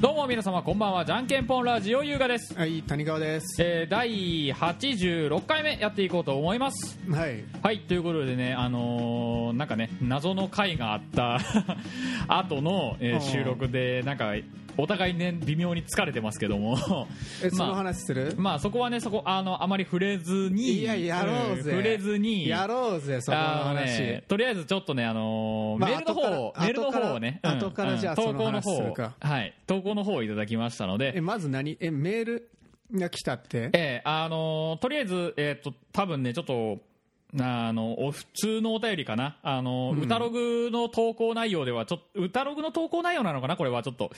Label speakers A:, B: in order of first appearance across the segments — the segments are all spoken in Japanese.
A: どうも皆様こんばんはじゃんけんぽんラジオ優雅です、
B: はい、谷川です。
A: えー第86回目やっていこうと思います
B: はい。
A: はいということでねあのーなんかね謎の回があった 後の、えー
B: あー
A: 収録でなんかお互いね微妙に疲れてますけども
B: え、そ
A: まあ
B: の話する、
A: まあそこはねそこあのあまり触れずに
B: いや、やろうぜ。
A: ん触れずに
B: やろうぜ、そこの
A: あの
B: 話。
A: ね、とりあえずちょっとね、あのー
B: まあ
A: メールの方を
B: 後から
A: メールの方をね、
B: 後から後からじゃあ
A: 投稿の
B: その話
A: 方
B: する
A: を
B: か
A: はい投稿の方をいただきましたの
B: え、
A: で。
B: まず何え、メールが来たって
A: えーあのーとりあえず、えー、と多分ね、ちょっとあのお普通のお便りかな、あのー歌ログの投稿内容ではちょっと、歌ログの投稿内容なのかな、これはちょっと、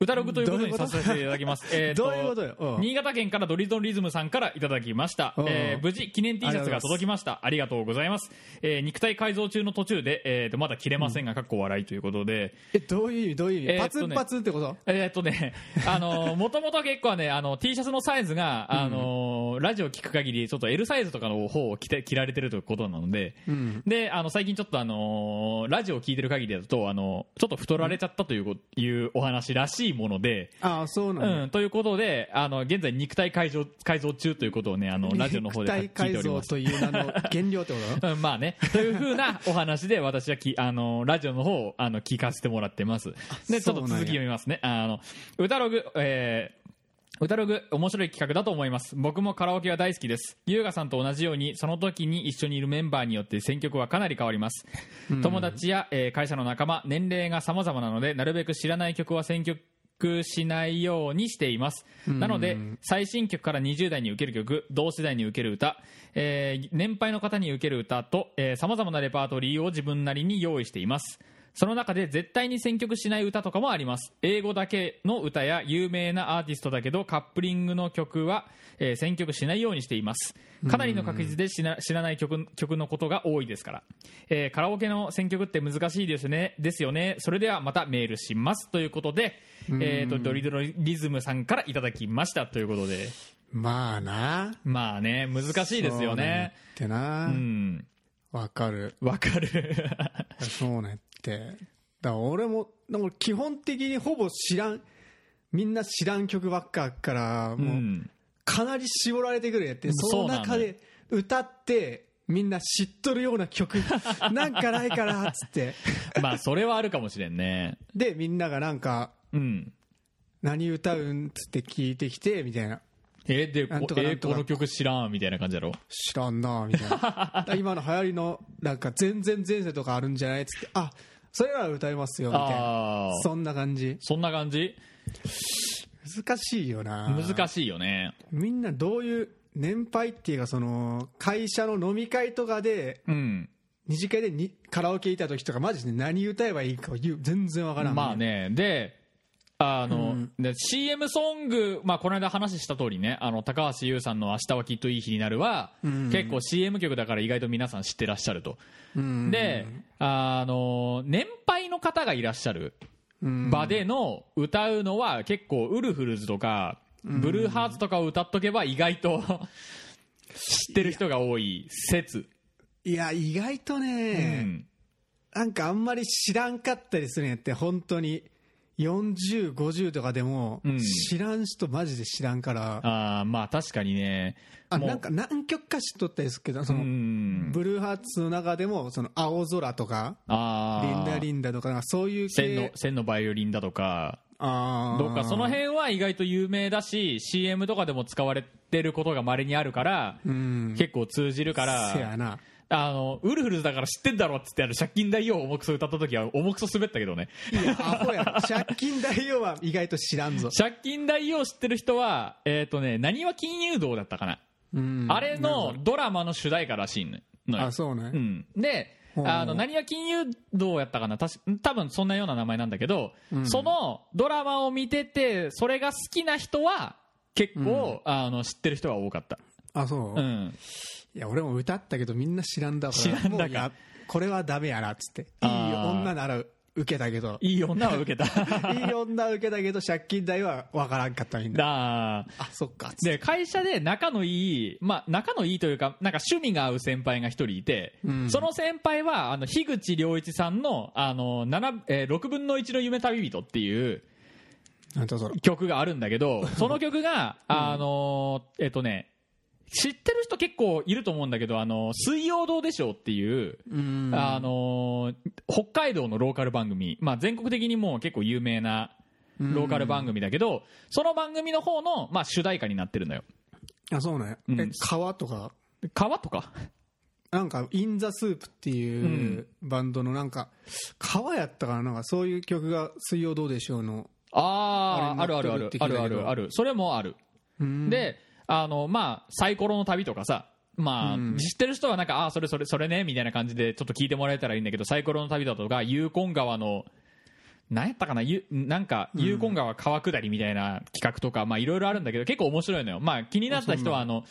A: 歌ログということにさせていただきます。えー
B: どういうことようん
A: 新潟県からドリドンリズムさんからいただきました、
B: うん
A: えー無事記念 T シャツが届きましたありがとうございます、えー肉体改造中の途中で、えーとまだ切れませんが、かっこ笑いということで
B: え、どういう意味どういう意味、
A: えーっ
B: パ
A: と
B: ツ
A: ね
B: ンパツンってこと
A: えーっと ね、あのー、もともと結構はね、あの、T シャツのサイズが、あのーラジオ聞く限り、ちょっと L サイズとかの方を着て、着られてるということなので、
B: うん。
A: で、あの、最近ちょっとあのーラジオを聞いてる限りだと、あのちょっと太られちゃったというこ、いうお話らしいもので、
B: ああ、そうなんだ。
A: うん、ということで、あの、現在肉体改造、改造中ということをね、あの、ラジオの方で聞
B: 肉体
A: いており
B: 改造
A: ます。
B: という名の 原料ってこと
A: うんまあね、というふうなお話で私はき、あの、ラジオの方を、あの、聞かせてもらってます。で、ちょっと
B: そうなんや
A: 続き読みますね。あの、歌ログ、えー歌ログ面白い企画だと思います僕もカラオケは大好きです優雅さんと同じようにその時に一緒にいるメンバーによって選曲はかなり変わります、友達や、えー会社の仲間年齢が様々なのでなるべく知らない曲は選曲しないようにしています、なので最新曲から20代に受ける曲同世代に受ける歌、えー年配の方に受ける歌とさまざまなレパートリーを自分なりに用意していますその中で絶対に選曲しない歌とかもあります英語だけの歌や有名なアーティストだけどカップリングの曲は、えー選曲しないようにしていますかなりの確率で知ら知らない曲曲のことが多いですから、えーカラオケの選曲って難しいですねですよねそれではまたメールしますということで、えー、とドリドリリズムさんからいただきましたということで
B: まあな。
A: まあね難しいですよね
B: そう
A: う
B: なんやってな。
A: ん
B: わ、かる。
A: わか る
B: そうねって。だから俺も、でも基本的にほぼ知らん、みんな知らん曲ばっかから、
A: う
B: もう、
A: ん
B: かなり絞られてくるやって、そ
A: そう
B: の
A: なんだよ
B: 中で歌って、みんな知っとるような曲、 なんかないかな、つって。
A: まあそれはあるかもしれんね
B: で、みんながなんか、
A: うん
B: 何歌うんつって聞いてきて、みたいな。
A: えで
B: なん
A: こと
B: かな
A: え
B: んとか
A: この曲知らんみたいな感じだろ
B: 知らん なみたいな。だから今の流行りの、なんか、全然前世とかあるんじゃないつって、あ、それなら歌いますよ、みたいな。
A: ああ
B: そんな感じ。
A: そんな感じ
B: 難しいよな
A: 難しいよね
B: みんなどういう、年配っていうか、その、会社の飲み会とかで、
A: うん
B: 二次会でにカラオケ行った時とかマジで何歌えばいいか言う全然わからん
A: まあねであの、で CM ソング、まあ、この間話した通りねあの高橋優さんの「明日はきっといい日になるは」結構 CM 曲だから意外と皆さん知ってらっしゃると、
B: うん
A: であの年配の方がいらっしゃる
B: うん
A: 場での歌うのは結構ウルフルズとかブルーハーツとかを歌っとけば意外と知ってる人が多い説
B: いや意外とね、
A: うん
B: なんかあんまり知らんかったりするんやって本当に4050とかでも
A: うん
B: 知らん人マジで知らんから、
A: ああまあ確かにね
B: あ
A: もう
B: なんか何曲か知っとったりするけど
A: う
B: その、
A: ん
B: ブルーハーツの中でもその青空とか
A: あ
B: リ
A: あ
B: ンダリンダとかなんかそういう
A: 千の
B: 系
A: 千のバイオリンだとか
B: あー
A: どっかその辺は意外と有名だし CM とかでも使われてることがまれにあるから、
B: うん
A: 結構通じるから
B: せやな
A: あのウルフルズだから知ってんだろっつってあの借金代用を重くそ歌った時は重くそ滑ったけどね
B: いやアホやろ借金大王は意外と知らんぞ
A: 借金代用知ってる人はえっ、とね何は金融道だったかな、
B: うん
A: あれのドラマの主題歌らしいのよ
B: あそうね、
A: うん、で
B: ほう
A: あの何が金融道やったかなたし多分そんなような名前なんだけど、そのドラマを見ててそれが好きな人は結構、あの知ってる人が多かった、
B: あそ
A: う
B: う、い
A: ん、
B: や俺も歌ったけどみんな知らんだから
A: 知らんだか
B: もういやこれはダメやなっつっていい
A: あー
B: 女なら受けたけどい
A: いい女は受け た
B: い女受けたけど借金代は分からんかったみんな
A: だ
B: あそっかっつって
A: で会社で仲のいい、まあ、仲のいいというかなんか趣味が合う先輩が一人いて、
B: うん
A: その先輩はあの樋口良一さんのあの、7えー6分の1の夢旅人っていう
B: なんだそれ
A: 曲があるんだけ ど、その曲が、あのーえっとね、知ってる人結構いると思うんだけど、あのー水曜どうでしょうっていう、
B: うん
A: あのー北海道のローカル番組、まあ、全国的にもう結構有名なローカル番組だけど、その番組の方の、まあ、主題歌になってるのよ。
B: あそうね、
A: うん
B: え川とか
A: 川とか
B: なんかインザスープっていうバンドのなんか川やったかななんかそういう曲が水曜どうでしょうの
A: ああ
B: あ
A: あ
B: れ
A: るあ
B: に
A: る
B: な
A: あ
B: ってる
A: る
B: って聞
A: あ
B: いた
A: る
B: けど
A: あるあるそれもある、であのまあサイコロの旅とかさまあ、知ってる人はなんかああーそれそれそれねみたいな感じでちょっと聞いてもらえたらいいんだけどサイコロの旅だとかユーコン川のなんやったかなゆなんかユーコン川川下りみたいな企画とかまあいろいろあるんだけど結構面白いのよまあ気になった人はあの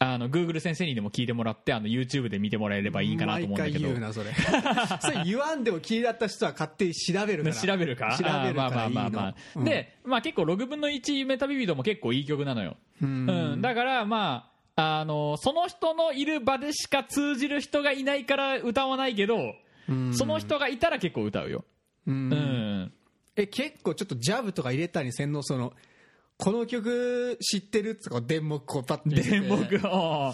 A: あの Google 先生にでも聞いてもらってあの YouTube で見てもらえればいいかなと思うんだけ
B: 毎回
A: ど
B: 言うなそれ それ言わんでも気になった人は勝手に調べるから
A: 調べるか
B: 調べる
A: あーま
B: か
A: あま
B: ら
A: あまあ
B: いいの
A: まあ、
B: うん
A: で、まあ、結構6分の1メタビビドも結構いい曲なのよ、
B: うん
A: うんだからまああのその人のいる場でしか通じる人がいないから歌わないけど、
B: うん
A: その人がいたら結構歌うよ、
B: う
A: うん
B: んえ結構ちょっとジャブとか入れたり洗脳そのこの曲知ってるっつうか電目こうパッて見て
A: で僕あ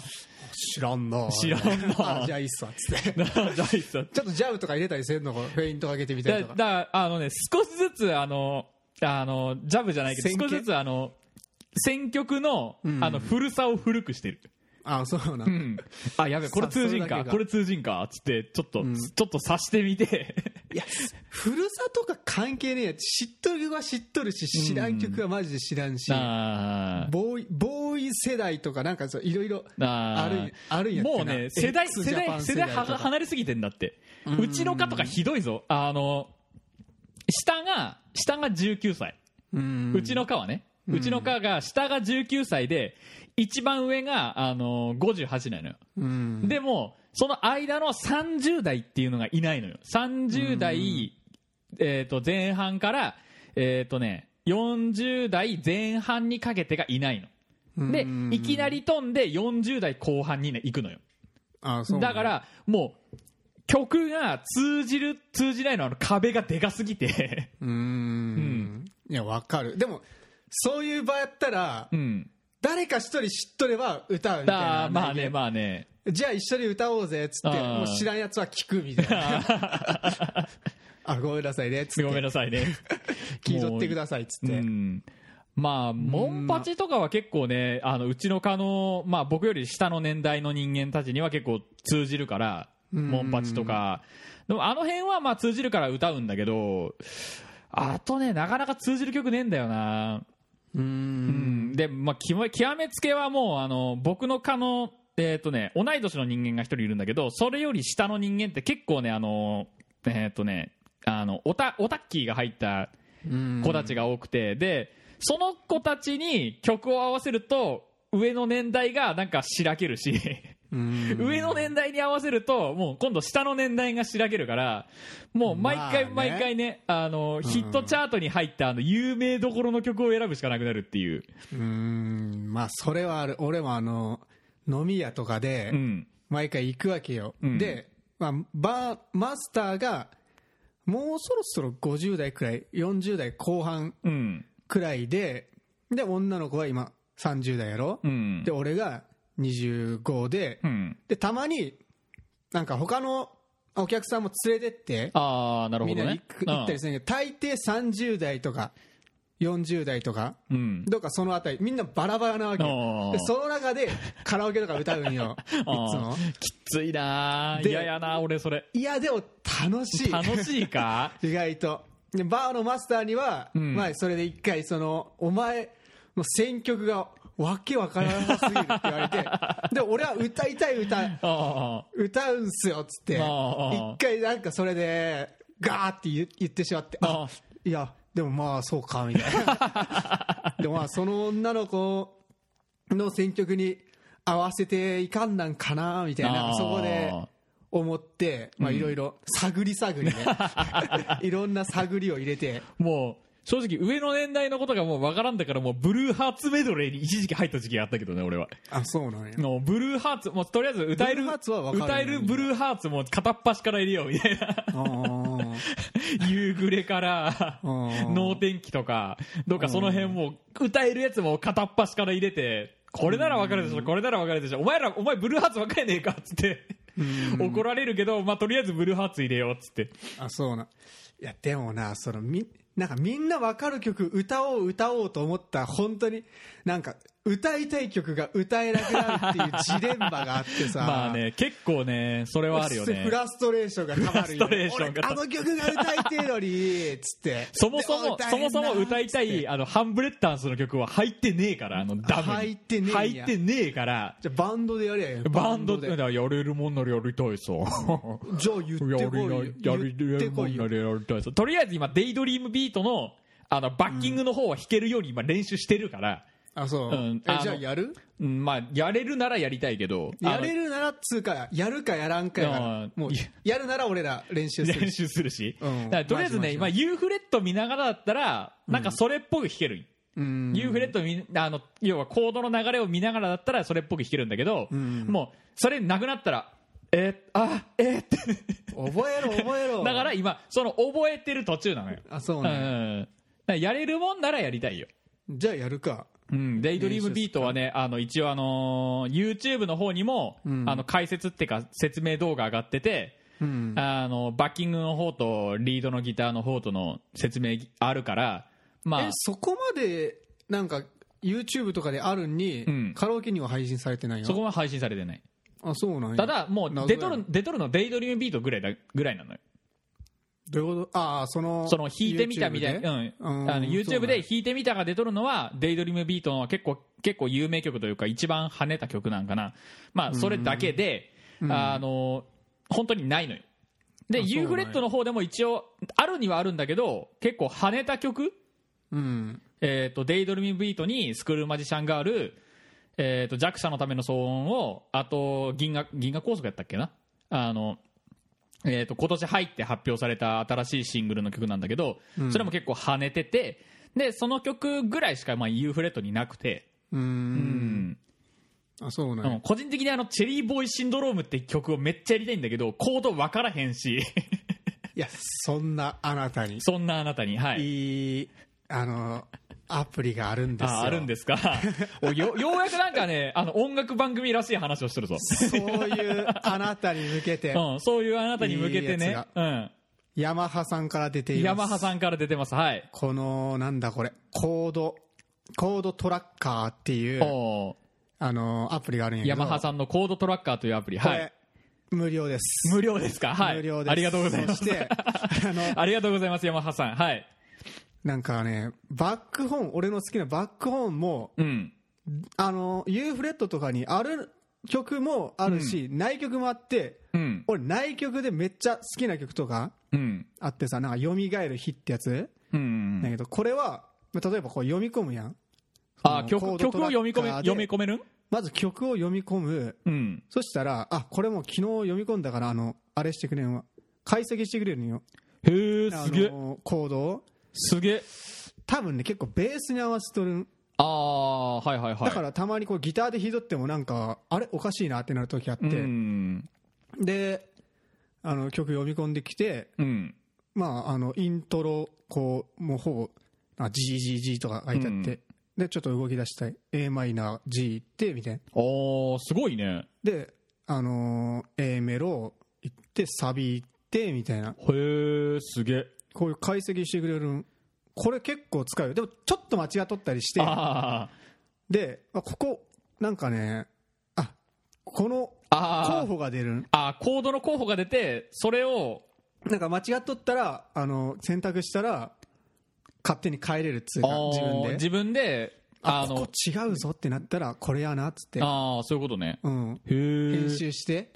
B: 知らんな
A: 知らんな
B: あじゃあいいっすわっつって
A: ー大好き
B: ちょっとジャブとか入れたりせんのこうフェイントかけてみた
A: だ
B: り
A: だ
B: と
A: か
B: から
A: あのね少しずつあのあのジャブじゃないけど
B: 選
A: 少
B: 曲
A: しずつあの選曲の,、あの古さを古くしてる
B: あそうな
A: うん、あやべえこれ通じん
B: さそれだ
A: か
B: けが
A: これ通じんかっつってちょっと、ちょっと察してみて
B: いや古さとか関係ねえや知っとる曲は知っとるし知らん曲はマジで知らんし、
A: あー
B: ボーイボーイ世代とかなんかそういろいろ
A: あ
B: あるんあるんやってな
A: もうね世代
B: X
A: 世
B: ジャパ
A: 代
B: ン
A: 世代
B: と
A: は
B: か
A: 離れすぎてんだってうちの課とかひどいぞあの下が下が19歳
B: うん
A: うちの課はねうちの課が下が19歳で一番上があの58なのよ
B: うん
A: でも、その間の30代っていうのがいないのよ。30代、えっ、と、前半から、えっ、とね、40代前半にかけてがいないの。で、いきなり飛んで40代後半にね、行くのよ。
B: あそう
A: だから、もう、曲が通じる、通じないのあの壁がでかすぎて、
B: うーんいやわかるでもそういう場やったら、
A: うん。
B: 誰か一人知っとれば歌うみた い
A: だ
B: な
A: まあね、まあね。
B: じゃあ一緒に歌おうぜっつって
A: あー
B: もう知らんやつは聞くみたいな あごめんなさいねっつっ
A: ごめ
B: て
A: んなさいね。
B: 聞いとってくださいっつって
A: うんまあモンパチとかは結構ねあのうちの科の、まあ、僕より下の年代の人間たちには結構通じるからモンパチとかでもあの辺はまあ通じるから歌うんだけどあとねなかなか通じる曲ねえんだよな
B: うー
A: うんんで、まあ、極め極めつけはもうあの僕の科のえっ、とね同い年の人間が一人いるんだけどそれより下の人間って結構ねあのえっ、とねあのオタオタッキーが入った
B: うん
A: 子たちが多くて、でその子たちに曲を合わせると上の年代がなんかしらけるし
B: うん
A: 上の年代に合わせるともう今度下の年代がしらけるからもう毎回
B: まあね
A: 毎回ね,、あ、のヒットチャートに入ったあの有名どころの曲を選ぶしかなくなるっていう、
B: うーんまあそれはある俺もあの飲み屋とかで
A: うん、
B: 毎回行くわけよ、
A: うん
B: で、まあ、バーマスターがもうそろそろ50代くらい40代後半
A: うん、
B: くらいでで女の子は今30代やろ、
A: うん
B: で、俺が25で、
A: うん、
B: でたまになんか他のお客さんも連れてって
A: ああなる
B: み
A: ほ
B: ん
A: ど
B: な
A: ね
B: 行く行ったりするんやけど大抵30代とか40代とか
A: うんうん
B: どうかそのあたりみんなバラバラなわけ
A: あ
B: よ
A: ー
B: でその中でカラオケとか歌うんよ いつ
A: あ
B: も
A: ーきついなー
B: で
A: 嫌やな俺それ
B: いやでも楽しい
A: 楽しい か
B: 意外とでバーのマスターには、
A: ん
B: まあ、それで一回そのお前の選曲がわけわからなさすぎるって言われてで俺は歌いたい歌
A: ああ
B: 歌うんすよっつって
A: あー
B: 一回なんかそれでガーって言言ってしまって
A: あ
B: あいやでもまあそうかみたいな でもまあその女の子の選曲に合わせていかんなんかなみたい
A: あ
B: な
A: ー
B: そこで思ってまあいろいろ探り探りね いろんな探りを入れて
A: もう、正直上の年代のことがもうわからんだから、もうブルーハーツメドレーに一時期入った時期があったけどね、俺は。
B: あそうなんや
A: のブルーハーツ、もうとりあえず歌える、
B: ブルーハーツはわかる
A: 歌えるブルーハーツも片っ端から入れようみたいな。
B: あー
A: 夕暮れから
B: うん
A: 能天気とかどうかその辺も歌えるやつも片っ端から入れてこれならわかるでしょこれならわかるでしょお前らお前ブルーハーツわかんねえかっつって怒られるけどまあとりあえずブルーハーツ入れようっつって
B: あそうないやでもなそのみなんかみんなわかる曲歌おう歌おうと思ったら本当になんか歌いたい曲が歌えなくなるっていうジレンマがあってさ
A: まあね結構ねそれはあるよね
B: フラストレーションがたまるよ、
A: フラストレーションが
B: 俺あの曲が歌いてえのにつって
A: そもそも
B: で、
A: そもそも歌いた
B: 大変
A: い、あの、ハンブレッダースの曲は入ってねえから、あの、ダメに。
B: 入ってねえんや
A: 入ってねえから、
B: だなじゃあバンドでやりゃいいよ
A: バンドって
B: で
A: のはやれるもんならやりたいさ。
B: じゃあ 言ってこい
A: や
B: よ
A: りなやり、
B: 言
A: やれ
B: って
A: るも
B: こ
A: ん
B: い
A: な
B: よ
A: らやりたいさ。とりあえず今、デイドリームビートの、あの、バッキングの方は弾けるように今練習してるから、
B: あそう、
A: うん
B: え
A: あの
B: じゃあやる
A: うんまあ、やれるならやりたいけど、あの
B: やれるならっつうかやるかやらんかやか
A: あー
B: らもう
A: いや
B: やるなら俺ら練習する
A: 練習するし。
B: うん
A: だからとりあえずね、今、
B: マ
A: ユーフレット見ながらだったら、なんかそれっぽく弾ける。
B: うん
A: ユーフレットみあの要はコードの流れを見ながらだったらそれっぽく弾けるんだけど、
B: ん
A: もうそれなくなったらえー、あえー、って
B: 覚えろ覚え ろ
A: だから今その覚えてる途中なのよ、
B: あそううん
A: だ
B: ね、
A: からやれるもんならやりたいよ
B: じゃあやるか
A: うん、デイドリームビートはね、あの一応、あのー YouTube の方にも、
B: ん
A: あの解説っていうか、説明動画上がってて、
B: うん
A: あの、バッキングの方と、リードのギターの方との説明あるから、まあ
B: え、そこまでなんか YouTube とかであるんに、
A: うん
B: カラオケには配信されてないよ
A: そこは配信されてない。
B: あそうなんや
A: ただもう
B: 謎
A: デ
B: や
A: トロデトロのデイドリームビートぐらいだぐらいなのよ
B: どういうことああその
A: その弾いてみたみたい
B: YouTube で
A: な、う、
B: うんん
A: あの YouTube
B: そうなん
A: で
B: や
A: 弾いてみたが出とるのはデイドリームビートの結構結構有名曲というか一番跳ねた曲なんかなまあそれだけで、あの本当にないのよで
B: あそうなんや
A: ユーフレットの方でも一応あるにはあるんだけど結構跳ねた曲
B: うん
A: えー、とデイドルミビートにスクールマジシャンガール、えー、と弱者のための騒音をあと銀河銀河高速やったっけなあの、えー、と今年入って発表された新しいシングルの曲なんだけど、それも結構跳ねててでその曲ぐらいしか、まあ、ユーフレットになくて、
B: うー
A: うんん
B: あそうなん
A: う
B: や
A: ん個人的にあのチェリーボーイシンドロームって曲をめっちゃやりたいんだけどコード分からへんし
B: いやそんなあなたに
A: そんなあなたにはい
B: いいあのアプリがあるんですよ
A: ああるんですか おいよようやくなんかねあの音楽番組らしい話をしてるぞ
B: そういうあなたに向けて
A: うん、そういうあなたに向けて
B: いい
A: ね
B: や、
A: うん、
B: ヤマハさんから出ています
A: ヤマハさんから出てます、はい。
B: このなんだこれコードコードトラッカーっていう
A: おー
B: あのアプリがあるんやけど
A: ヤマハさんのコードトラッカーというアプリ、
B: こ
A: は
B: れ、
A: い。
B: 無料です
A: 無料ですかはい。
B: 無料です
A: ありがとうございま
B: そ
A: す
B: し。て あの
A: ありがとうございます、ヤマハさん。はい。
B: なんかねバックホーン俺の好きなバックホーンも
A: うん。
B: あの U フレットとかにある曲もあるし、ない曲もあって
A: うん。
B: 俺ない曲でめっちゃ好きな曲とか
A: うん。
B: あってさなんか「蘇る日」ってやつ
A: うん
B: だ。けどこれはまあ例えばこう読み込むやん
A: あー、
B: その
A: 曲、
B: コード
A: 曲
B: トラ
A: を
B: ッカーで
A: 読み込め、読み込めるん
B: まず曲を読み込む
A: うん。
B: そしたらあこれもう昨日読み込んだからあのあれしてくれんわ解析してくれるのよ
A: へえ、
B: あ
A: すげえ。
B: のコードを
A: すげえ。
B: 多分ね結構ベースに合わせとるん
A: あー、はいはいはい。
B: だからたまにこうギターで弾いとってもなんかあれおかしいなってなる時あって、
A: うん。
B: であの曲読み込んできて、
A: うん。
B: まあ、あのイントロこうもうほぼあ GGG とか書いてあって、でちょっと動き出したい Am,G ってみたいな
A: おー、すごいね。
B: で、あのー A メロ行ってサビ行ってみたいな
A: へえ、すげえ。
B: こういう解析してくれるんこれ結構使うよでもちょっと間違っとったりして
A: あー、
B: であここなんかねあこの
A: あー
B: 候補が出るん
A: あー、コードの候補が出て、それを、
B: なんか間違っとったらあの選択したら勝手に変えれるっつうか
A: あー
B: 自分で
A: 自分で
B: あ
A: あの
B: ここ違うぞってなったらこれやなっつって、
A: あーそういうことね
B: うん、
A: へ
B: 編
A: え
B: 集して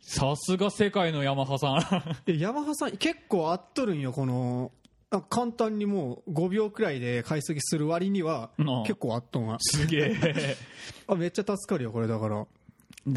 A: さすが世界のヤマハさん
B: でヤマハさん結構合っとるんよこのあ簡単にもう5秒くらいで解析する割には
A: うん
B: 結構あっとんわ
A: すげえ
B: あめっちゃ助かるよこれだから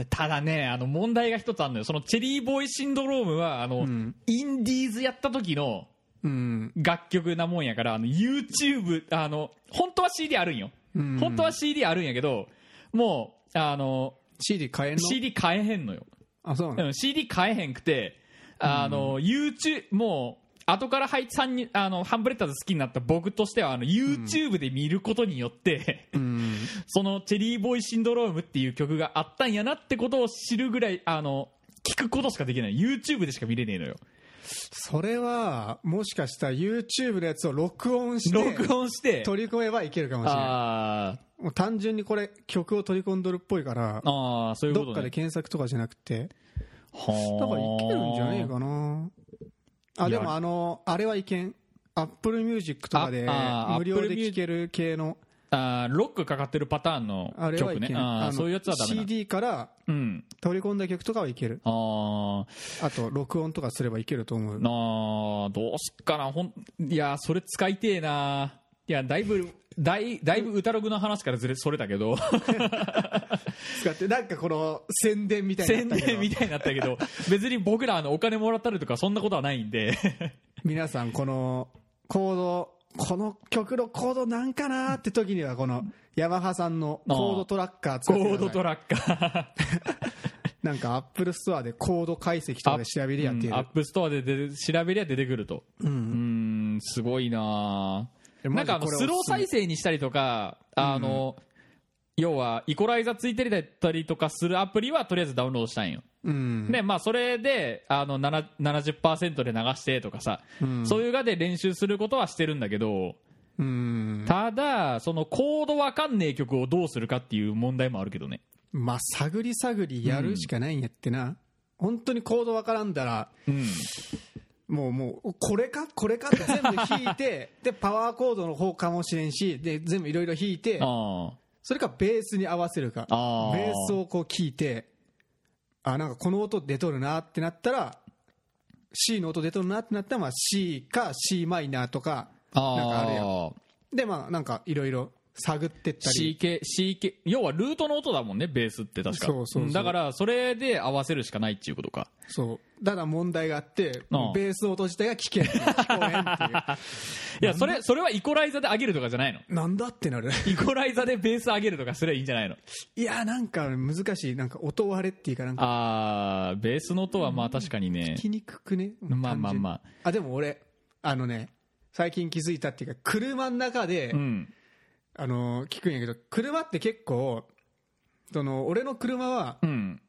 A: ただねあの問題が一つあるのよそのチェリーボーイシンドロームはあの、
B: ん
A: インディーズやった時の
B: うん
A: 楽曲なもんやからあの YouTube あの本当は CD あるんよ、
B: ん
A: 本当は CD あるんやけどもうあの
B: CD 変えんの
A: CD 買えへんのよ
B: あそうなの
A: うん CD 買えへんくて、あの、YouTube、もう、後からはい三人あのハンブレッダーズ好きになった僕としてはあの YouTube で見ることによって、 そのチェリーボーイシンドロームっていう曲があったんやなってことを知るぐらいあの聞くことしかできない YouTube でしか見れねえのよ
B: それはもしかしたら YouTube のやつを録音して
A: 録音して
B: 取り込めばいけるかもしれな
A: あ
B: いもう単純にこれ曲を取り込んどるっぽいか
A: ー
B: ら
A: あーそういうこ
B: どっ
A: と
B: かで
A: ね
B: 検索とかじゃなくて
A: はあ
B: だからいけるんじゃねえかなあ
A: いや
B: でもあのあれはいけんアップルミュージックとかで
A: ああー
B: 無料
A: Apple
B: で
A: Music
B: 聴ける系の
A: あーロックかかってるパターンの
B: あれは
A: 曲
B: い
A: ね
B: けん
A: あ
B: あ
A: ー
B: の
A: そういうやつはダメな
B: CD から
A: うん
B: 取り込んだ曲とかはいける
A: ああ
B: あと録音とかすればいけると思う
A: なあどうしっかなほんいやそれ使いてえないやだいぶだいだいぶ歌ログの話からずれそれたけ ど
B: 使ってなんかこの宣伝みたいに
A: 宣
B: なったけ
A: 伝
B: ど
A: みたいになったけど別に僕らあのお金もらったりとかそんなことはないんで
B: 皆さんこのコードこの曲のコードなんかなーって時にはこのヤマハさんのコードトラッカー使
A: コ
B: ってくださ
A: ー
B: い
A: ドトラッカ
B: なんかアップルストアでコード解析とかで調べ
A: ー
B: りやって
A: うんアッ
B: る
A: プストアで出て調べりゃ出てくると
B: う
A: うんーんすごいな
B: え
A: あ
B: マ
A: なん
B: ジ
A: かあの
B: これ
A: スロー
B: おすすめ
A: 再生にしたりとかあの、要はイコライザついてりだったりとかするアプリはとりあえずダウンロードしたんよ
B: うん
A: ねまあ、それであの7 70%で流してとかさ、
B: うん
A: そういうがで練習することはしてるんだけど
B: うん
A: ただそのコードわかんねえ曲をどうするかっていう問題もあるけどね
B: まあ探り探りやるしかないんやってな本当にコードわからんだら
A: うん
B: もうもうこれかこれかって全部弾いて でパワーコードの方かもしれんしで全部いろいろ弾いて
A: あ
B: それかベースに合わせるかベ
A: あー
B: ースをこう聞いてあなんかこの音出とるなってなったら C の音出とるなってなったらまあ C か C マイナーとか
A: ああ
B: なんかあるやん
A: よ
B: でまあなんかいろいろ探ってったり
A: CK, CK 要はルートの音だもんねベースって確か
B: そうそうそうん
A: だからそれで合わせるしかないっていうことか
B: そうただ問題があって
A: うん
B: ベースの音自体が聞けない聞こえんってい
A: いやそれそれはイコライザで上げるとかじゃないの
B: うなんだってなる
A: イコライザでベース上げるとかすればいいんじゃないの
B: いやなんか難しいなんか音割れっていうかなんか
A: ああベースの音はまあ確かにね
B: 聞きにくくね
A: まあまあまあ
B: 単純にあでも俺あのね最近気づいたっていうか車の中で、
A: うん
B: あのー聞くんやけど車って結構その俺の車は
A: うん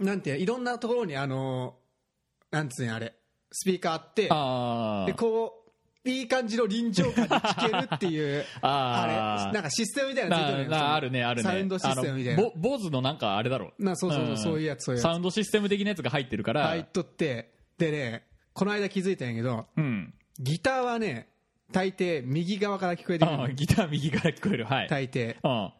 B: なんていうのいろんなところにあのーなんつうんやあれスピーカーあって
A: あ
B: でこういい感じの臨場感で聞けるっていう
A: あー
B: れなんかシステムみたいなのついてる
A: な
B: やん
A: なあるねあるね
B: サウンドシステムみたいな
A: あのぼ坊主のなんかあれだろ
B: なそうそうそう、
A: ん
B: そういうやつそういう
A: サ
B: や
A: ウンドシステム的なやつが入ってるか
B: つ
A: ら、
B: 入っとってでねこの間気づいたんやけど
A: うん
B: ギターはね大抵右側から聞こえてくる
A: あ
B: の
A: ーギター右から聞こえるはい、
B: 大抵
A: うん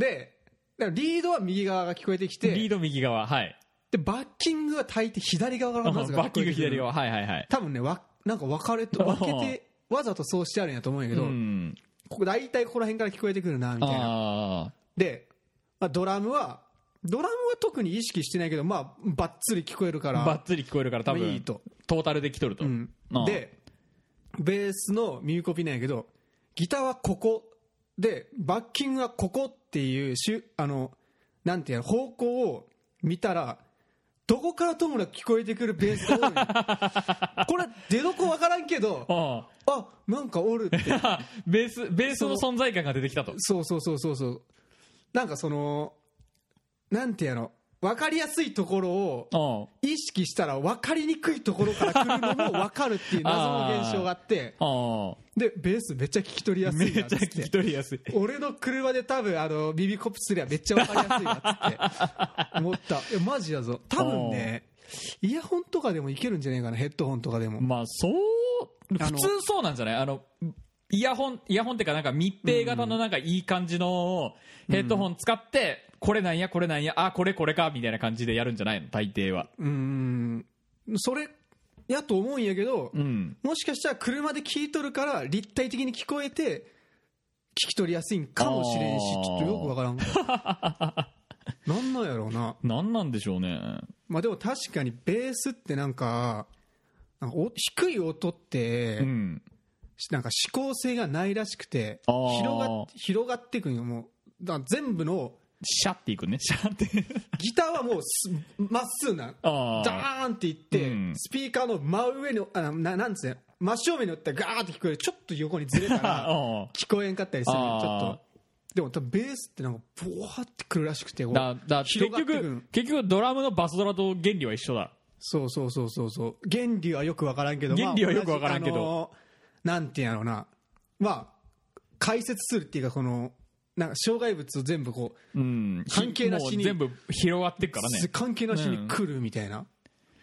B: でだからリードは右側が聞こえてきて
A: リード右側はい
B: でバッキングは大抵左側か
A: う
B: ら
A: んバ
B: まずが
A: ッキング左
B: は
A: 側はいはいはい
B: 多分ねわなんか分かれ と
A: あ
B: 分けてわざとそうしてあるんやと思うんやけ
A: う
B: ど、
A: ん
B: ここ大体ここら辺から聞こえてくるなみたいな
A: あ
B: で、まあ、ドラムはドラムは特に意識してないけどまあばっつり聞こえるか
A: あ
B: ら
A: バッツリ聞こえるから多分
B: いいと
A: トータルで来とると、
B: うん
A: あー
B: でベースの耳コピなんやけどギターはここでバッキングはここっていうしゅあのなんていうの方向を見たらどこからともなく聞こえてくるベースが多 いのこれ出どこわからんけど
A: あ
B: あなんかおるって
A: ー ベースベースの存在感が出てきたと
B: そうそうそうそうそうなんかそのなんていうの分かりやすいところを
A: うん
B: 意識したら分かりにくいところから来るのも分かるっていう謎の現象があって
A: あ
B: でベースめっちゃ聞き取りや
A: ー
B: す
A: め
B: いな
A: っ
B: っ
A: ち
B: つ
A: ゃ
B: っ
A: 聞き
B: て
A: 取りやすい
B: 俺の車で多分あのビビコプすりゃめっちゃ分かりやすいなっつって思 ったいやマジだぞ多分ねイヤホンとかでもいけるんじゃないかなヘッドホンとかでも
A: まあそう普
B: あの
A: 通そうなんじゃないあのイヤホンイヤホンっていうかなんか密閉型のなんかいい感じのヘッドホン使って、これなんやこれなんやあこれこれかみたいな感じでやるんじゃないの大抵は
B: うーんそれやと思うんやけど、
A: うん
B: もしかしたら車で聞いとるから立体的に聞こえて聞き取りやすいんかもしれんし
A: あー
B: ちょっとよくわからんなんなんやろうな
A: なんなんでしょうね
B: まあでも確かにベースってなんかなんかお低い音って、
A: うん
B: なんか指向性がないらしくて
A: あー
B: 広がっ広がってくんよもうだから全部の
A: シャっていくねシャっ て
B: ギターはもうすまっすぐな
A: あー
B: ダーンっていって、
A: うん
B: スピーカーの真上にあななんつうの真正面に打ったらガーって聞こえるちょっと横にずれたら
A: あ
B: 聞こえんかったりする
A: あ
B: ち
A: ー
B: ょっとでも多分ベースってなんかボワーってくるらしくてこう
A: だだ結
B: 広がってく
A: 局
B: ん
A: 結局ドラムのバスドラと原理は一緒だ
B: そうそうそうそうそう原理はよくわからんけどまあ
A: 原理はよくわからんけど
B: 同じあのなんていうんやろうなまあ解説するっていうかこのなんか障害物を全部こう
A: うん
B: 関係なしに
A: もう全部広がってっからね
B: す関係なしに来るみたいな、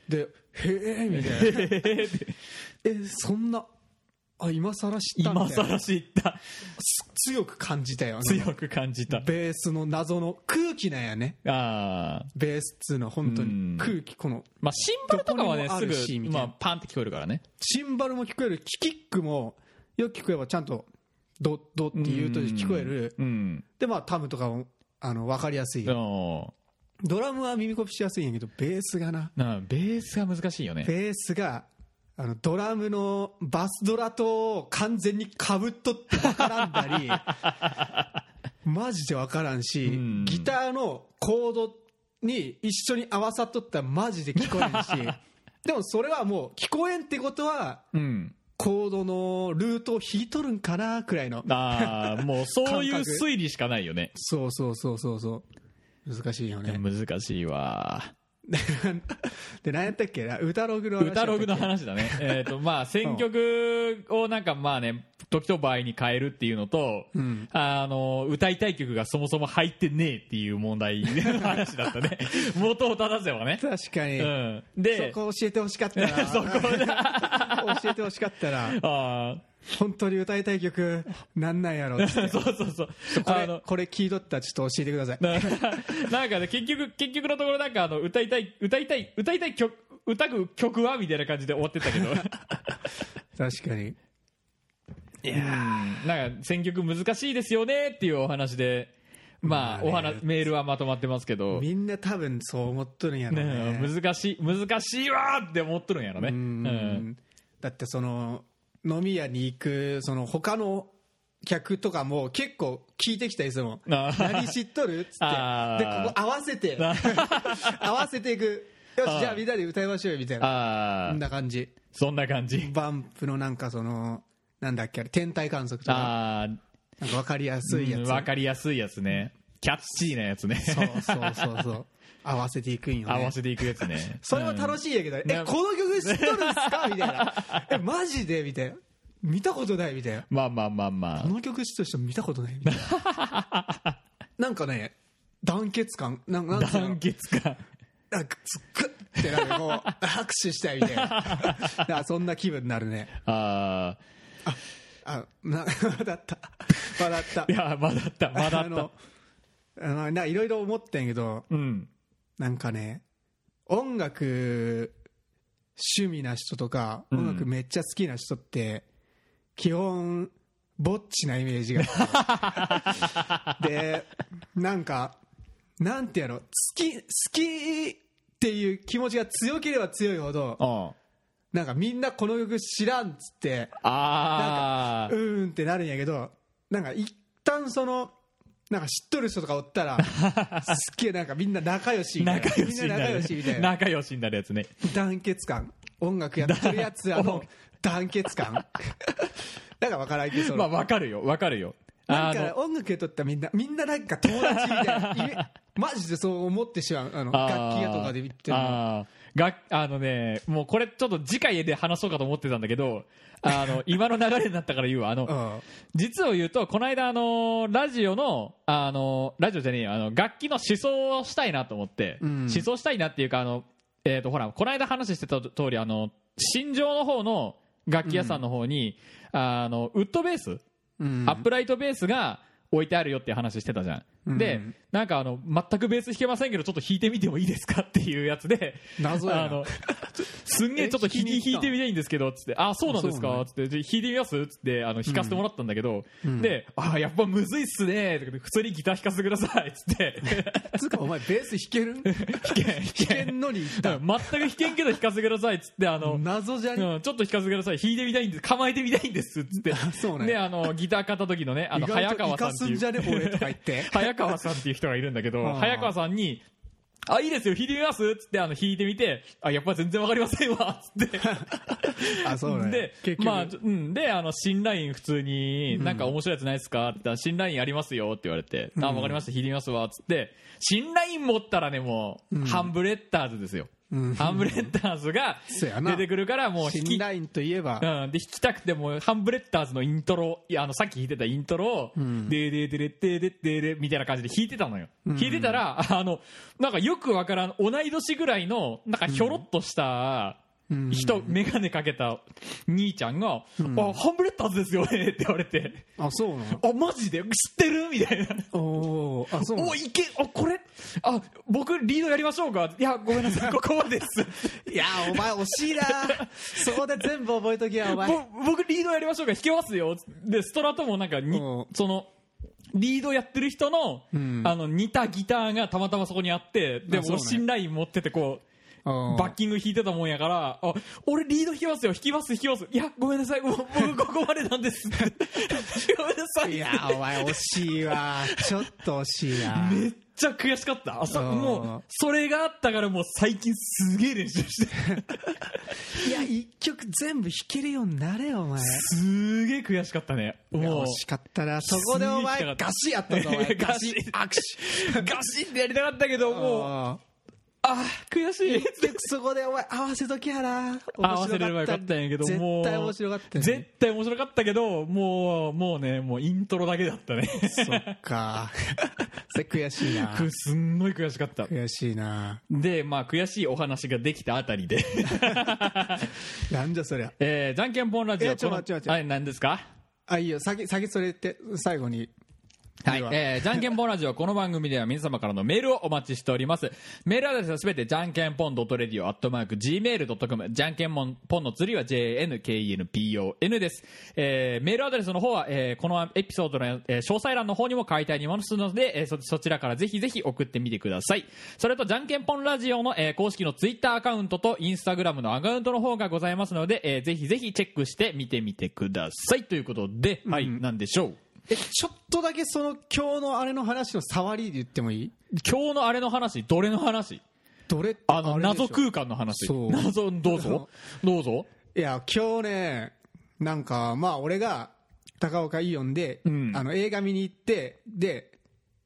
B: で「へえ」みたいな「えそんなあ今更知った」み
A: 今
B: たいな
A: 更知った
B: す強く感じたよあの
A: 強く感じた
B: ベースの謎の空気なんやね
A: ああ
B: ベースっつうのは本当
A: うん
B: に空気この
A: まあシンバルとかはね
B: どこにもあるし
A: すぐ
B: みたい
A: ま
B: な
A: あパンって聞こえるからね
B: シンバルも聞こえるキキックもよく聞こえばちゃんとドッドッっていうと聞こえる
A: うん
B: でまあタムとかもあの分かりやすい
A: あの
B: ドラムは耳コピしやすいんやけどベースがな
A: なベースが難しいよね
B: ベースがあのドラムのバスドラと完全にかぶっとって分からんだ りマジで分からんし
A: うん
B: ギターのコードに一緒に合わさっとったらマジで聞こえ んしでもそれはもう聞こえんってことは
A: うん
B: コードのルートを引いとるんかなくらいの
A: ああ もうそういう
B: 感覚
A: 推理しかないよね
B: そうそうそうそうそう難しいよね
A: 難しいわ
B: で何やったっけな歌ログの話やった
A: 歌
B: っけ
A: ログの話だ ねえっとまあ選曲をなんかまあね時と場合に変えるっていうのと、
B: ん
A: あの歌いたい曲がそもそも入ってねえっていう問題 の話だったね元を正せばね、
B: 確かに、
A: うん、で
B: そこ教えてほしかった な
A: そこ
B: 教えてほしかったら
A: あ
B: 本当に歌いたい曲なんなん やろって
A: あそうそうそう
B: こ
A: あの
B: れこれ聞いとったらちょっと教えてください
A: な なんかね結局結局のところなんかあの歌いたい歌いたい歌いたい曲歌う曲はみたいな感じで終わってったけど
B: 確かに
A: いや なんか選曲難しいですよねっていうお話でまあ、
B: まあね
A: お話メールはまとまってますけど、
B: みんな多分そう思っとるんやろう
A: ね
B: ね
A: 難しい難しいわーって思っとるんやろね
B: う
A: うん
B: んだってその飲み屋に行くその他の客とかも結構聞いてきたりするもん
A: あー
B: 何知っとるっつってでこ
A: あー
B: こ合わせて 合わせていくよ
A: あー
B: しじゃあみんなで歌いましょうよみたいな
A: あ
B: こん
A: あ
B: な感じ
A: そんな感じ
B: バンプのなんかそのなんだっけあれ天体観測とか
A: ああ
B: なんか分かりやすいやつ、
A: うんわかりやすいやつねキャッチーなやつね
B: そうそうそうそう合わせていくんよね
A: 合わせていくやつね
B: それも楽
A: しい、
B: しいんやけど、
A: ん
B: えこの曲知っとるんですかみたいなえマジでみたいな見たことないみたいな
A: うんまあまあまあまあ
B: この曲知っとる人見たこと ないみたいななんかね団結感なんなんつうの
A: 団結感
B: なんかつっくってなんかこ う拍手したいみたいななんかそんな気分になるね
A: あ
B: あな 笑った笑った
A: あいやまだったまだ
B: あ
A: った
B: のあのなんかいろいろ思ってんけど
A: うん
B: なんかね音楽趣味な人とか
A: ん
B: 音楽めっちゃ好きな人って、基本ぼっちなイメージがあ るでなんかなんてやろ好き好きっていう気持ちが強ければ強いほど
A: あ
B: なんかみんなこの曲知らんっつって
A: あ
B: うーんってなるんやけどなんか一旦そのなんか知っとる人とかおっ たらすっげえなんかみんな仲良しみたいな
A: 仲良し
B: み
A: に
B: んな
A: な
B: 仲良
A: る
B: しみたいな
A: 仲良しになるやつね
B: 団結感音楽やってるやつあの団結感 なんか分からんけどその
A: まあわかるよわかるよ
B: な
A: あ
B: んか
A: の
B: 音楽やっとったらみんなみんななんか友達みたいないえ マジでそう思ってしまうあの楽器屋とかで見てるの
A: あーがあのねもうこれちょっと次回で話そうかと思ってたんだけどあの今の流れになったから言うわあの、
B: うん
A: 実を言うとこの間あのラジオのあのラジオじゃねえよあの楽器の思想をしたいなと思って、
B: うん
A: 思想したいなっていうかあの、えー、とほらこの間話してた通りあの新庄の方の楽器屋さんの方に、あのウッドベース、
B: うん
A: アップライトベースが置いてあるよっていう話してたじゃん、
B: うん
A: でなんかあの全くベース弾けませんけどちょっと弾いてみてもいいですかっていうやつで
B: 謎やな
A: あのすんげえちょっと弾
B: え弾きに行
A: き弾い
B: った
A: てみたいんですけどつってあそうなんです
B: あそう
A: か
B: な
A: つってじゃあ弾いてみますつってあの弾かせてもらったんだけど、
B: うん
A: であやっぱむずいっすねとかで普通にギター弾かせてくださいつって
B: つうかお前ベース弾ける
A: 弾けん
B: 弾け
A: 弾
B: んのに
A: けんうん全く弾けんけど弾かせてくださいつってあの、
B: 謎じゃね
A: うん、ちょっと弾かせてください弾いてみたいんです構えてみたいんですつって
B: そうね
A: であのギター買った時のねあの
B: 意外
A: 早
B: と
A: 川さ
B: 生
A: ん
B: か
A: って
B: す
A: い
B: ん
A: う
B: じゃね俺とか言って
A: 早川さんっていう人がいるんだけど
B: あー
A: 早川さんにあ、いいですよ、弾いてみますつって、あの、弾いてみて、あ、やっぱ全然わかりませんわ、つって。
B: あそうなんや
A: で
B: 結、局、
A: まあ、うん。で、あの、新ライン普通に、なんか面白いやつないですかって言ったら、新ラインありますよって言われて、あ、わかりました、弾いてみますわ、つって、新ライン持ったらね、もう、ハンブレッダーズですよ。
B: うん
A: ハンブレッダーズが
B: そうやな
A: 出てくるから、もう弾
B: 新
A: き、
B: ラインといえば、
A: うん、で弾きたくてもハンブレッダーズのイントロいやあのさっき弾いてたイントロを「でででででででで」みたいな感じで弾いてたのよ、弾いてたらあのなんかよくわからん同い年ぐらいのなんかひょろっとした人、眼鏡かけた兄ちゃんが「あハンブレッダーズですよね」って言われて
B: あそうな
A: 「あマジで知ってる?」みたいな。
B: のおーあそうなの
A: おいけあこれあ僕リードやりましょうかいやごめんなさいここまでです
B: いやお前惜しいなそこで全部覚えときやお前
A: ぼ僕リードやりましょうか弾けますよでストラトもなんかに
B: うん
A: そのリードやってる人の,、
B: ん
A: あの似たギターがたまたまそこにあってで
B: あそう
A: も
B: ね
A: 信頼持っててこう
B: うん
A: バッキング弾いてたもんやからあ俺リード弾きますよ弾きます弾きますいやごめんなさいもう僕ここまでなんですごめんなさい
B: いやお前惜しいわちょっと惜しいな
A: めっちゃ悔しかったあそ
B: うん
A: もうそれがあったからもう最近すげえ練習して
B: いや一曲全部弾けるようになれよお前
A: すげえ悔しかったねもう
B: 惜しかったなそこでお
A: す
B: 前
A: げえ
B: ガ
A: 来たかった
B: シやったぞお前 ガシ
A: ガシ
B: 握手
A: ガシッてやりたかったけどもう
B: もう
A: あー悔しい
B: 結局そ こでお前合わせときやな
A: 合わせればよかったんやけどもう
B: 絶対面白かったよ
A: 絶対面白かったけどもうもうねもうイントロだけだったね
B: そっか それ悔しいな
A: くすんごい 悔しかった
B: 悔しいな
A: でまあ悔しいお話ができたあたりで
B: なんじゃそりゃ
A: えー、じゃんけんぽんラジオ
B: えちょ
A: この
B: 待って待って
A: はい何ですか
B: あいいよ先先それって最後に
A: はい
B: で、
A: えー、じゃんけんぽんラジオ、この番組では皆様からのメールをお待ちしております。メールアドレスはすべて、じゃんけんぽん .radio.gmail.com、じゃんけんぽんぽんの釣りは jnkenpon です。えー、メールアドレスの方は、えー、このエピソードの、えー詳細欄の方にも書いてありますので、えーそ、そちらからぜひぜひ送ってみてください。それと、じゃんけんぽんラジオの、えー公式のツイッターアカウントとインスタグラムのアカウントの方がございますので、えーぜひぜひチェックしてみてみてください。ということで、はい、なんでしょう。
B: えちょっとだけその今日のあれの話の触りで言ってもいい
A: 今日のあれの話どれの話
B: どれ
A: あの
B: れでしょ
A: 謎空間の話
B: そう
A: 謎どう ぞどうぞ
B: いや今日ねなんかまあ俺が高岡イオンで、
A: うん
B: あの映画見に行ってで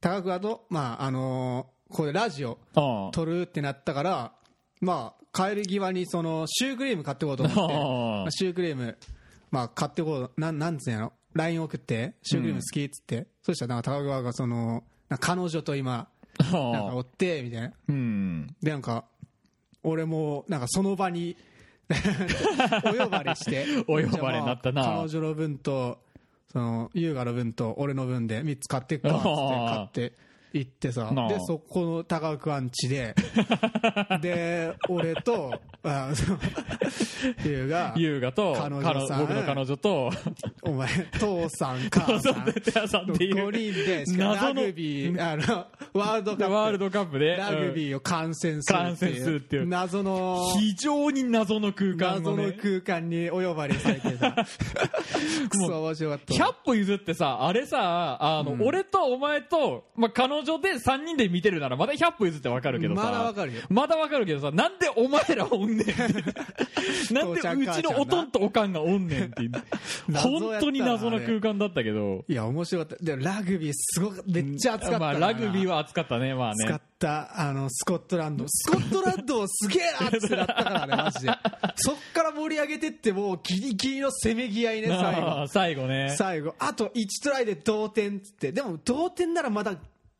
B: 高岡とまああのーここでラジオ
A: ああ
B: 撮るってなったからまあ帰り際にそのシュークリーム買ってこうと思っ
A: ああ
B: てまあシュークリームまあ買ってこうなんなんつうの LINE 送ってシュークリーム好きっつって、そしたらなんか高岡がそのなんか彼女と今なん
A: あ
B: か
A: あ
B: おってみたいな
A: うん
B: でなんか俺もなんかその場に お呼ばれして
A: お呼ばれになったな
B: じゃあまあ彼女の分とその優雅の分と俺の分で3つ買ってっかっつって
A: あー
B: 買って行ってさ
A: なあ
B: でそこの高岡アン チでで俺とあその優が
A: 優雅と
B: 彼女
A: 彼女
B: さん
A: 僕の彼女と
B: お前父さ ん母さん
A: 父さんっ
B: の
A: ていう
B: 5人でしかも
A: 謎
B: ラ
A: の
B: グビーあのワールドカップ
A: ワールドカップで
B: ラグ
A: うん
B: ビーを観戦する
A: 観戦するっていう
B: 謎の
A: 非常に謎の空間
B: 謎
A: の
B: の
A: ね
B: 空間にお呼ばれさ れてさくそ面白かった
A: 100歩譲ってさあれさあの俺とお前とまあ彼女で3人で見てるならまだ100歩譲ってわかるけどさ
B: まだわかるよ
A: まだわかるけどさなんでお前らおんねん なんで
B: 父ちゃん
A: うち
B: 母ちゃん
A: の
B: な
A: おとんとおかんがおんねんっていう
B: 謎やったな
A: 本当に謎の空間だったけど
B: いや面白かったでもラグビーすごかめっちゃ熱かった
A: まあ、
B: な
A: ラグビーは熱かったね、まあ
B: 熱か
A: ね
B: っ。たあのスコットラン ドスコットランドすげえなってなったからねマジでそっから盛り上げてってもうギリギリのせめぎ合 いね最後
A: ああ最後ね。
B: 最後あと1トライで同点っつってでも同点ならまだ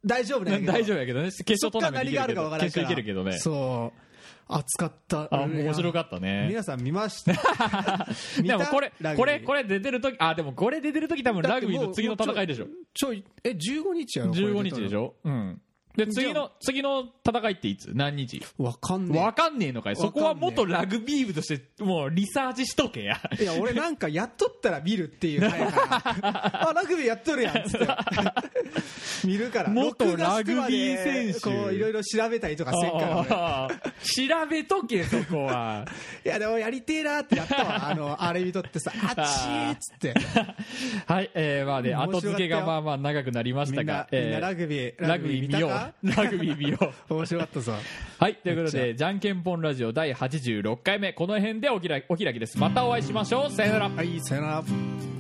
B: 大丈夫なんやけど
A: 大丈夫やけどね。決
B: そ
A: 勝
B: っ
A: トー
B: から
A: ナメント
B: 何
A: い
B: が
A: ける
B: ある
A: けど
B: かわからん
A: 決
B: から
A: 勝いけるけどね。
B: そう熱かった
A: あ面白かったね
B: 皆さん見ました見
A: で
B: た
A: もこれ
B: ラグビー、
A: これ、これ出てる時、あ、でもこれ出てる時多分ラグビーの次の戦いでしょ。
B: ちょいえ15日やろ
A: 15日でし
B: ょ
A: ょ。うん。で、次の、次の戦いっていつ何日
B: わかんね
A: わかんねえのかい。そこは元ラグビー部として、もうリサーチしとけや。
B: えいや俺なんかやっとったら見るっていう早いか らあラグビーやっとるやんっつって見るから
A: 元
B: 録画してまで
A: ラグビー選手
B: こういろいろ調べたりとかせっから俺
A: ああ調べとけ、そこ は。
B: いやでもやりてえなってやったわあのあれ見 とってさあっちーっつって
A: はい、えー、まあね、
B: 面
A: 後
B: 白かったよ
A: 付けがまあまあ長くなりまし
B: み
A: た
B: んな
A: が、
B: みん
A: え
B: な
A: ー
B: ラグビー
A: ラグビー見よう
B: たかな
A: ラグビー美 容
B: 面白かったさ
A: はいということでじゃんけんぽんラジオ第86回目この辺でお開きお開きですまたお会いしましょうさよなら
B: はいさよなら